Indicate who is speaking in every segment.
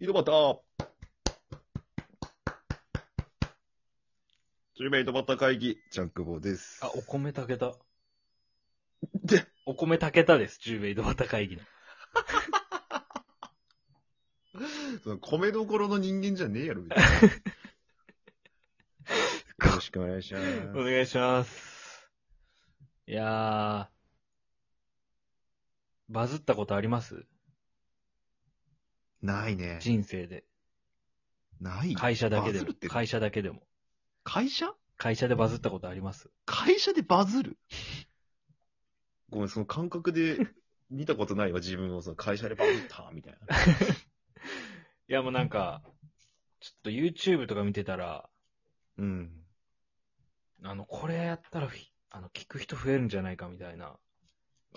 Speaker 1: 井戸端中名井戸端会議、ジャンクボーです。
Speaker 2: あ、お米炊けた。
Speaker 1: で
Speaker 2: お米炊けたです、中米井戸端会議の。
Speaker 1: その米どころの人間じゃねえやろ、み たいな。よろしくお願いしま
Speaker 2: お
Speaker 1: す。
Speaker 2: 願いします。いやー、バズったことあります
Speaker 1: ないね。
Speaker 2: 人生で。
Speaker 1: ない
Speaker 2: 会社だけ
Speaker 1: バ
Speaker 2: で
Speaker 1: ズ
Speaker 2: も
Speaker 1: るって。
Speaker 2: 会社だけでも。
Speaker 1: 会社
Speaker 2: 会社でバズったことあります
Speaker 1: 会社でバズるごめん、その感覚で見たことないわ、自分を。その会社でバズった、みたいな。
Speaker 2: いや、もうなんか、ちょっと YouTube とか見てたら、
Speaker 1: うん。
Speaker 2: あの、これやったらひ、あの、聞く人増えるんじゃないかみたいな、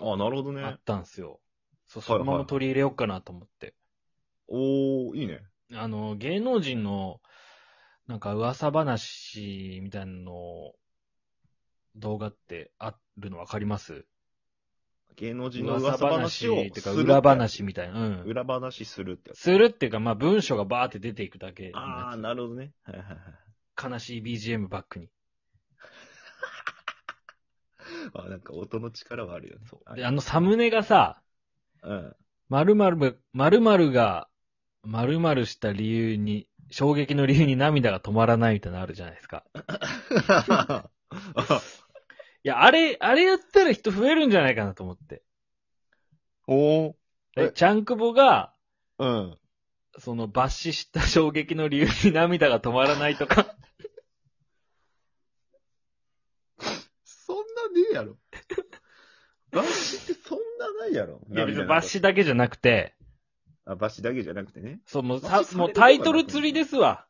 Speaker 1: あ、なるほど
Speaker 2: あ
Speaker 1: ね
Speaker 2: っ。たんすよ。そう、
Speaker 1: はい
Speaker 2: そ
Speaker 1: は
Speaker 2: の
Speaker 1: い
Speaker 2: まま取り入れようかなと思って。
Speaker 1: おー、いいね。
Speaker 2: あの、芸能人の、なんか噂話みたいなのを動画ってあるのわかります
Speaker 1: 芸能人の
Speaker 2: 噂
Speaker 1: 噂話を
Speaker 2: 話って
Speaker 1: す
Speaker 2: いうか
Speaker 1: る
Speaker 2: 裏話
Speaker 1: み
Speaker 2: みたいな。うん。
Speaker 1: 裏話するってやつ。
Speaker 2: するっていうか、まあ文章がバーって出ていくだけの
Speaker 1: あ
Speaker 2: や
Speaker 1: あ、なるほどね。はいはい
Speaker 2: つ。悲しい BGM バックに。
Speaker 1: はい。あなんか音の力はあるよね。
Speaker 2: そう。
Speaker 1: は
Speaker 2: で、
Speaker 1: い
Speaker 2: あのサムネがさ、
Speaker 1: うん。
Speaker 2: 〇〇、〇〇が、〇〇した理由に、衝撃の理由に涙が止まらないみたいなのあるじゃないですか。
Speaker 1: あ
Speaker 2: いや、あれ、あれやったら人増えるんじゃないかなと思って。
Speaker 1: おーえ
Speaker 2: え、チャンクボが、
Speaker 1: うん。
Speaker 2: その抜死した衝撃の理由に涙が止まらないとか。
Speaker 1: そんなねえやろ。バシってそんなないやろ。
Speaker 2: いや別に抜死だけじゃなくて、
Speaker 1: あ、バシだけじゃなくてね。
Speaker 2: そう、もう
Speaker 1: 抜
Speaker 2: さ
Speaker 1: 死される、
Speaker 2: もうタイトル釣りです わ。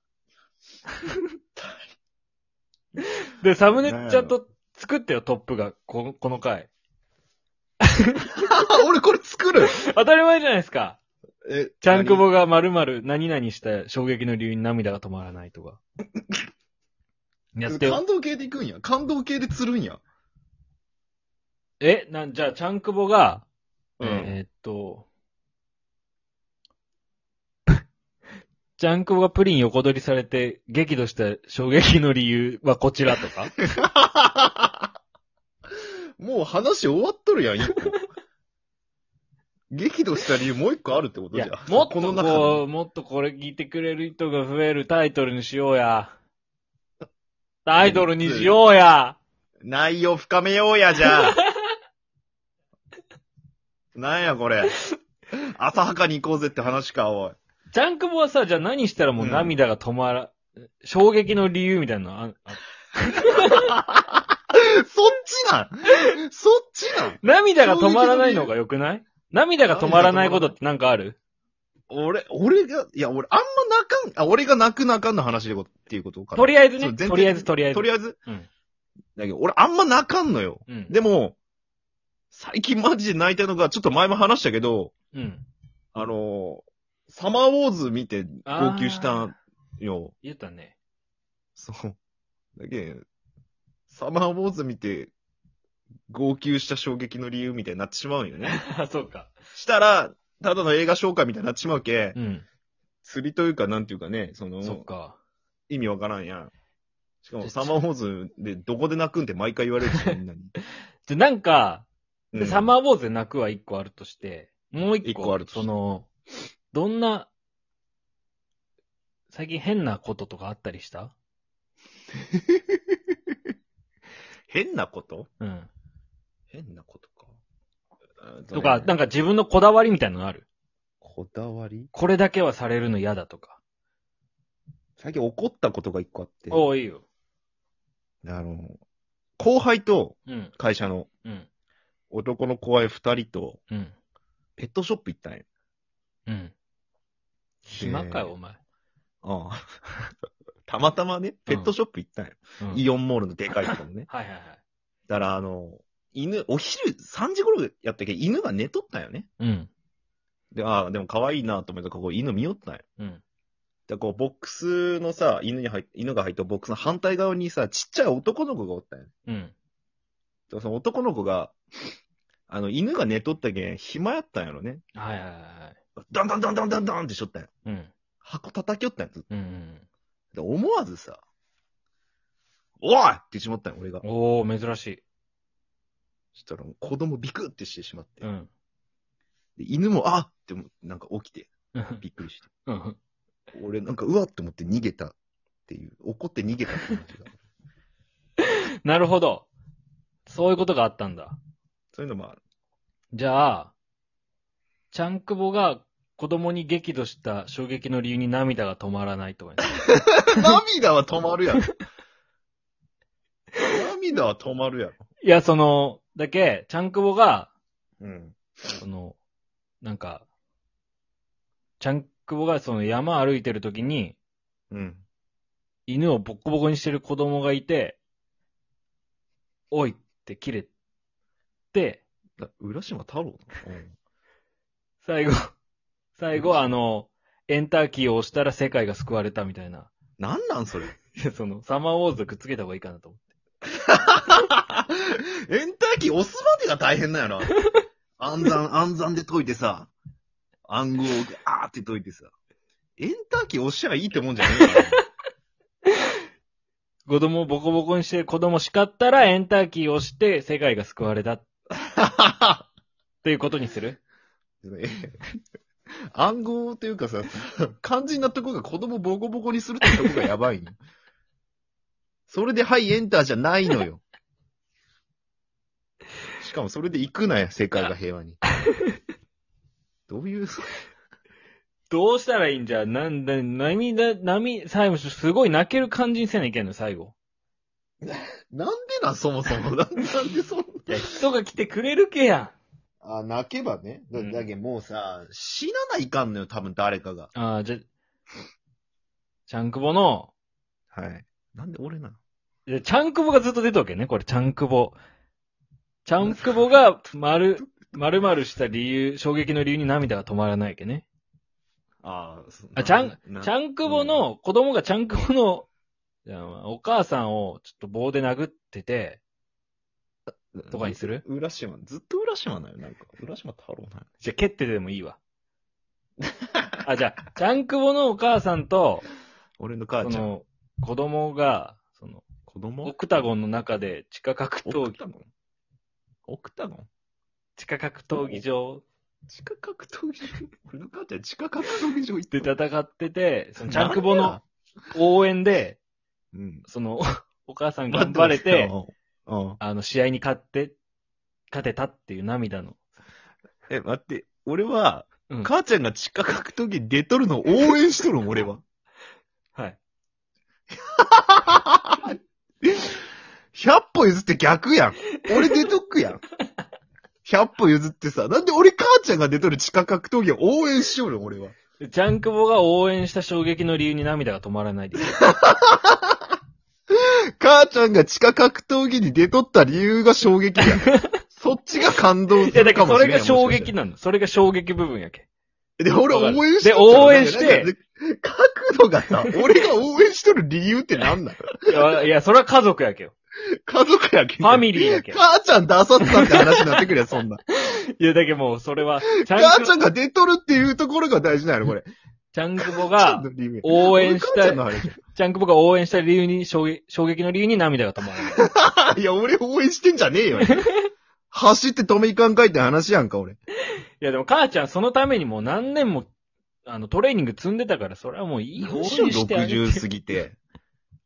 Speaker 2: で、サムネちゃんと作ってよ、トップが。この、この回。
Speaker 1: 俺これ作る
Speaker 2: 当たり前じゃないですか。
Speaker 1: え、
Speaker 2: ちゃんくぼが〇〇何々した衝撃の理由に涙が止まらないと か。やってよ
Speaker 1: 感。動系で行くんや。感動系で釣るんや。
Speaker 2: え、なん、じゃあ、ちゃんくぼが、
Speaker 1: うん
Speaker 2: えーっと、 ジャンクボがプリン横取りされて激怒した衝撃の理由はこちら とか
Speaker 1: もう話終わっとるやん、一個。激怒した理由もう一個あるってことじ
Speaker 2: い
Speaker 1: ゃ
Speaker 2: や
Speaker 1: ん。、
Speaker 2: もっと
Speaker 1: この
Speaker 2: こ
Speaker 1: 中で
Speaker 2: う、もっとこれ聞いてくれる人が増えるタイトルにしよ うや。タイトルにしようや。
Speaker 1: 内容深めようや、じゃ あ。なんや、これ。浅はかに行こうぜって話か、おい。
Speaker 2: ジャンクボはさ、じゃあ何したらもう涙が止まら、衝撃の理由みたいなのああ
Speaker 1: そっちなんそっちなん
Speaker 2: 涙が止まらないのが良くない涙が止まらないことってなんかある
Speaker 1: 俺、俺が、いや、俺、あんま泣かん、あ、俺が泣く泣かんの話でこっていうことかな。
Speaker 2: とりあえず
Speaker 1: そう
Speaker 2: ね。
Speaker 1: 全然
Speaker 2: とりあえず、とりあえず。
Speaker 1: とりあえず
Speaker 2: うん
Speaker 1: だけど、俺あんま泣かんのよ。
Speaker 2: うん。
Speaker 1: でも、最近マジで泣いたのが、ちょっと前も話したけど、
Speaker 2: うん。
Speaker 1: あのーサマーウォーズ見て号泣したんよ。
Speaker 2: 言ったね。
Speaker 1: そう。だけどサマーウォーズ見て、号泣した衝撃の理由みたいになってしまうんよ ね。
Speaker 2: あ、そうか。
Speaker 1: したら、ただの映画紹介みたいになってしまうけ、
Speaker 2: うん。
Speaker 1: 釣りというかなんていうかね、その、
Speaker 2: そっか。
Speaker 1: 意味わからんやん。しかもサマーウォーズでどこで泣くんって毎回言われる し、みんなに。
Speaker 2: で、なんか、
Speaker 1: うん
Speaker 2: サマーウォーズで泣くは一個あるとして、もう一個、
Speaker 1: 一個あるとして
Speaker 2: その、どんな、最近変なこととかあったりした
Speaker 1: 変なこと
Speaker 2: うん。
Speaker 1: 変なことか。あ
Speaker 2: とか、
Speaker 1: ね
Speaker 2: なんか自分のこだわりみたいなのある
Speaker 1: こだわり
Speaker 2: これだけはされるの嫌だとか。
Speaker 1: 最近怒ったことが一個あって。
Speaker 2: おういいよ。
Speaker 1: あの、後輩と
Speaker 2: うん、
Speaker 1: 会社の
Speaker 2: うん、
Speaker 1: 男の後輩二人と
Speaker 2: うん、
Speaker 1: ペットショップ行ったんや。
Speaker 2: うん。暇か
Speaker 1: で
Speaker 2: よ、お前。
Speaker 1: ああ たまたまね、ペットショップ行ったんや。
Speaker 2: うん
Speaker 1: イオンモールのでかいとこも ね。
Speaker 2: はいはいはい。
Speaker 1: だからあの、犬、お昼3時頃やったっけ犬が寝とったんよね。
Speaker 2: うん、
Speaker 1: で、ああ、でも可愛いなと思ってここ犬見よったんよ。
Speaker 2: うん、
Speaker 1: で、こう、ボックスのさ、犬に入っ、犬が入ったボックスの反対側にさ、ちっちゃい男の子がおったんよ。
Speaker 2: うん。
Speaker 1: でその男の子が、あの、犬が寝とったけん、暇やったんやろね。
Speaker 2: はいはいはいはい。
Speaker 1: ダンダンダンダンダンダンってしょったんよ。
Speaker 2: うん、
Speaker 1: 箱叩きよったんやつ。
Speaker 2: うんうん。
Speaker 1: で、思わずさ、おいって言ってしまったんよ、俺が。
Speaker 2: おー、珍しい。
Speaker 1: そしたら、子供ビクってしてしまって。
Speaker 2: うん。
Speaker 1: で犬も、あっっても、なんか起きて、
Speaker 2: うん
Speaker 1: びっくりして。
Speaker 2: うん。
Speaker 1: 俺なんか、うわって思って逃げたっていう、怒って逃げたっていう話が。
Speaker 2: なるほど。そういうことがあったんだ。
Speaker 1: そういうのもある。
Speaker 2: じゃあ、ちゃんくぼが子供に激怒した衝撃の理由に涙が止まらないとかね。
Speaker 1: 涙は止まるや ろ。涙は止まるやろ。
Speaker 2: いや、その、だけ、ちゃんくぼが、
Speaker 1: うん。
Speaker 2: その、なんか、ちゃんくぼがその山歩いてる時に、
Speaker 1: うん。
Speaker 2: 犬をボッコボコにしてる子供がいて、おいって切れて、
Speaker 1: だ浦島太郎だ
Speaker 2: 最後、最後あの、エンターキーを押したら世界が救われたみたいな。
Speaker 1: なんなんそれ。
Speaker 2: いやその、サマーウォーズとくっつけた方がいいかなと思って。
Speaker 1: エンターキー押すまでが大変なんやな。暗 算、暗算で解いてさ、暗号をあーって解い てさ。エンターキー押しゃいいってもんじゃ ねえから
Speaker 2: 子供をボコボコにして子供叱ったらエンターキーを押して世界が救われたっ
Speaker 1: な。
Speaker 2: ていうことにする
Speaker 1: え暗号というかさ、肝心なとこが子供ボコボコにするってとこがやばいの。それで、はい、エンターじゃないのよ。しかもそれで行くなよ、世界が平和に。どういう、
Speaker 2: どうしたらいいんじゃなんだ、涙、涙、最後、すごい泣ける感じにせないけんの、最後。
Speaker 1: なんでなん、そもそも。なんなんでそんな。
Speaker 2: いや、人が来てくれるけや
Speaker 1: あ、泣けばね。だ、
Speaker 2: うん
Speaker 1: だけどもうさ、死なないかんのよ、多分誰かが。
Speaker 2: ん。ああ、じゃ、ちゃんくぼの、
Speaker 1: はい。なんで俺なの
Speaker 2: いやちゃんくぼがずっと出たわけね、これ、ちゃんくぼ。ちゃんくぼが、 丸、丸々した理由、衝撃の理由に涙が止まらないわけね。
Speaker 1: ああ、そ
Speaker 2: あ、ちゃん、
Speaker 1: な
Speaker 2: ちゃんくぼの、子供がちゃんくぼの、じゃあお母さんをちょっと棒で殴ってて、とかにする
Speaker 1: 浦島、ずっと浦島なよ、なんか。浦島太郎なよ。
Speaker 2: じゃあ蹴ってでもいいわ。あ、じゃあ、ちゃんくぼのお母さんと、
Speaker 1: 俺の
Speaker 2: そ
Speaker 1: 母ちゃん。
Speaker 2: の、子供が、その、
Speaker 1: 子供
Speaker 2: オクタゴンの中で地下格闘
Speaker 1: オク
Speaker 2: 技、
Speaker 1: タゴンオクタゴン
Speaker 2: 地下格闘技場
Speaker 1: 地下格闘技場俺の母ちゃん地下格闘技場行っ
Speaker 2: で
Speaker 1: てた。
Speaker 2: 戦ってて、その、ちゃんくぼの応援で、
Speaker 1: うん。
Speaker 2: その、お母さん頑張れて、
Speaker 1: うん。うん。
Speaker 2: あの、試合に勝って、勝てたっていう涙の。
Speaker 1: え、待って、俺は、
Speaker 2: うん
Speaker 1: 母ちゃんが地下格闘技に出とるのを応援しとるん、俺は。
Speaker 2: はい。
Speaker 1: 100歩譲って逆やん。俺出とくやん。100歩譲ってさ、なんで俺母ちゃんが出とる地下格闘技を応援しよるん、俺は。
Speaker 2: でジャンクボが応援した衝撃の理由に涙が止まらないです。
Speaker 1: 母ちゃんが地下格闘技に出とった理由が衝 撃やん。そっちが感動す
Speaker 2: いや、
Speaker 1: る
Speaker 2: だか
Speaker 1: からも
Speaker 2: そ
Speaker 1: しれ
Speaker 2: れ
Speaker 1: んやん。
Speaker 2: が衝
Speaker 1: もしかし
Speaker 2: 撃
Speaker 1: たら
Speaker 2: なの。それが衝撃部分やけ。
Speaker 1: で、俺応援しと
Speaker 2: で応援して
Speaker 1: なんか角度が さ、俺が応援しとる理由ってなんなの
Speaker 2: いや、いやそれは家族やけよ。
Speaker 1: 家族やけん。
Speaker 2: ファミリーやけ。い
Speaker 1: 母ちゃん出さったって話になってくるやん、そん なん。
Speaker 2: や、だけどもう、それは、ちゃ
Speaker 1: 母
Speaker 2: ん
Speaker 1: ちゃ
Speaker 2: く、
Speaker 1: んが出とるっていうところが大事なの、これ。
Speaker 2: ちゃんくぼ
Speaker 1: 母ちゃんの、
Speaker 2: が
Speaker 1: 理由
Speaker 2: 応援した
Speaker 1: 俺母ち
Speaker 2: い
Speaker 1: ゃんの話
Speaker 2: ちゃんくぼが応援した理由に、衝撃衝撃の理由に涙が止まらな い。
Speaker 1: いや、俺応援してんじゃねえ よ。走って止めいかんかいって話やんか、俺。
Speaker 2: いや、でも母ちゃん、そのためにもう何年も、あの、トレーニング積んでたから、それはもういい応援してあげて。
Speaker 1: 60過ぎて。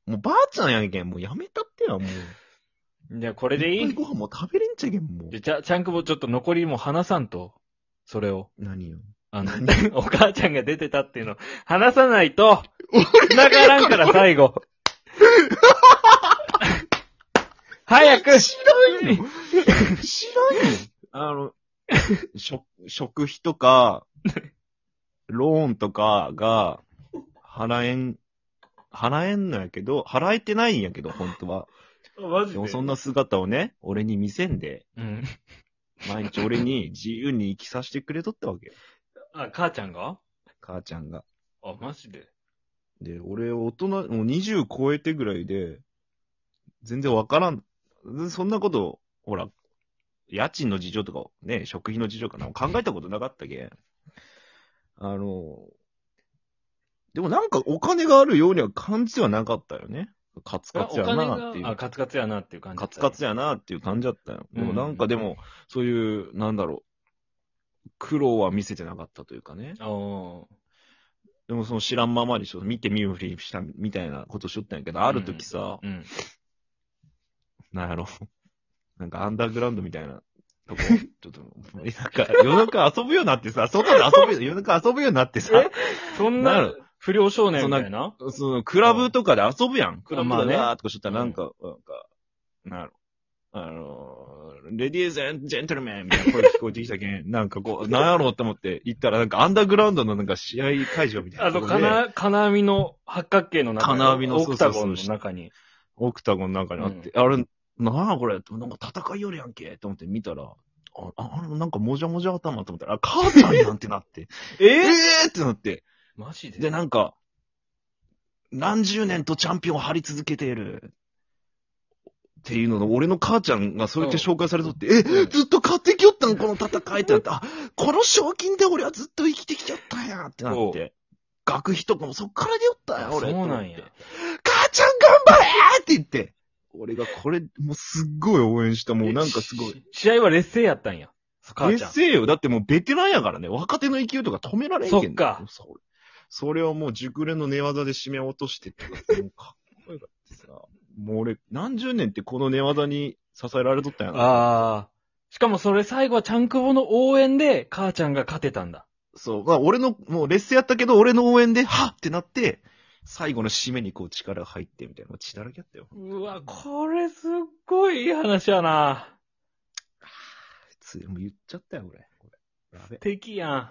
Speaker 1: もうばあちゃんやんけん、もうやめたってや、もう。
Speaker 2: じゃあ、これでい
Speaker 1: 一
Speaker 2: い
Speaker 1: 杯ご飯もう食べれんちゃいけん、もう
Speaker 2: じゃあ、ちゃちゃんくぼちょっと残りもう話さんと、それを。
Speaker 1: 何よ。
Speaker 2: あの
Speaker 1: 何、
Speaker 2: お母ちゃんが出てたっていうのを話さないと、繋がらんから最 後。早く
Speaker 1: 知らんよ知らんよあの、食、食費とか、ローンとかが、払えん、払えんのやけど、払えてないんやけど、本当は。
Speaker 2: マ
Speaker 1: でもそんな姿をね、俺に見せんで、
Speaker 2: うん。
Speaker 1: 毎日俺に自由に生きさせてくれとったわけよ。
Speaker 2: あ、母ちゃんが
Speaker 1: 母ちゃんが。
Speaker 2: あ、マジで。
Speaker 1: で、俺大人、もう20超えてぐらいで、全然わからん。でそんなこと、ほら、家賃の事情とか、ね、食費の事情かな、考えたことなかったけん。あの、でもなんかお金があるようには感じてはなかったよね。カツカツやなってい
Speaker 2: お金があ、
Speaker 1: う。
Speaker 2: カツカツやなっていう感じだ
Speaker 1: カ
Speaker 2: った。
Speaker 1: ツカツやなっていう感じだったよ。でもなんかでも、そういう、なんだろう。苦労は見せてなかったというかね。
Speaker 2: お
Speaker 1: でもその知らんままにちょっと見て見ぬふりしたみたいなことしよったんやけど、ある時さ、
Speaker 2: ーうん。
Speaker 1: なんやろ。 なんかアンダーグラウンドみたいなとこ、 ちょっと、なんか夜中遊ぶようになってさ、外で遊ぶ よ、夜中遊ぶようになってさ、
Speaker 2: そん
Speaker 1: な
Speaker 2: な
Speaker 1: る
Speaker 2: 不良少年みたいな
Speaker 1: その、クラブとかで遊ぶやん。クラブ
Speaker 2: まあ
Speaker 1: とか
Speaker 2: ね
Speaker 1: ガーッとかしとったらなんか、なんか、なんやろ。あのー、レディーズジェントルメンみたいな声聞こえてきたけん、なんかこう、なんやろうって思って行ったら、なんかアンダーグラウンドのなんか試合会場みたいな
Speaker 2: あ
Speaker 1: と
Speaker 2: の、
Speaker 1: こ
Speaker 2: か
Speaker 1: で。
Speaker 2: な、金網の八角形の中に
Speaker 1: 金網の
Speaker 2: オクタゴンの中に。
Speaker 1: オクタゴンの中にあって、あれ、なあこれ、なんか戦いよりやんけと思って見たら、あ、ああれなんかもじゃもじゃ頭と思ったら、あ、母ちゃんやんってなって、
Speaker 2: え
Speaker 1: え
Speaker 2: ー
Speaker 1: ーってなって、
Speaker 2: マジで
Speaker 1: で、なんか、何十年とチャンピオンを張り続けている。っていうのの、俺の母ちゃんがそうやって紹介されとって、え、
Speaker 2: うん
Speaker 1: ずっと勝ってきよったんこの戦いってなって、あ、この賞金で俺はずっと生きてきちゃったんやってな
Speaker 2: お
Speaker 1: っ
Speaker 2: う
Speaker 1: て、学費とかもそっから出よったんや、
Speaker 2: あ
Speaker 1: 俺。
Speaker 2: そうなんや
Speaker 1: と思って。母ちゃん頑張れって言って、俺がこれ、もうすっごい応援した、もうなんかすごい。
Speaker 2: し。試合は劣勢やったんや。母
Speaker 1: 劣
Speaker 2: ちゃん。
Speaker 1: 勢よ。だってもうベテランやからね。若手の勢いとか止められんけん
Speaker 2: そっか
Speaker 1: それそれをもう熟練の寝技で締め落としてってか、もうかっこよかったさ。もう俺、何十年ってこの寝技に支えられとったんやな。
Speaker 2: ああ。しかもそれ最後はちゃんくぼの応援で母ちゃんが勝てたんだ。
Speaker 1: そう。まあ俺の、もう劣勢やったけど、俺の応援で、はっってなって、最後の締めにこう力が入ってみたいな。血だらけやったよ。
Speaker 2: うわ、これすっごいいい話やな。
Speaker 1: 普通、もう言っちゃったよ、俺。これ。やべ
Speaker 2: 敵やん。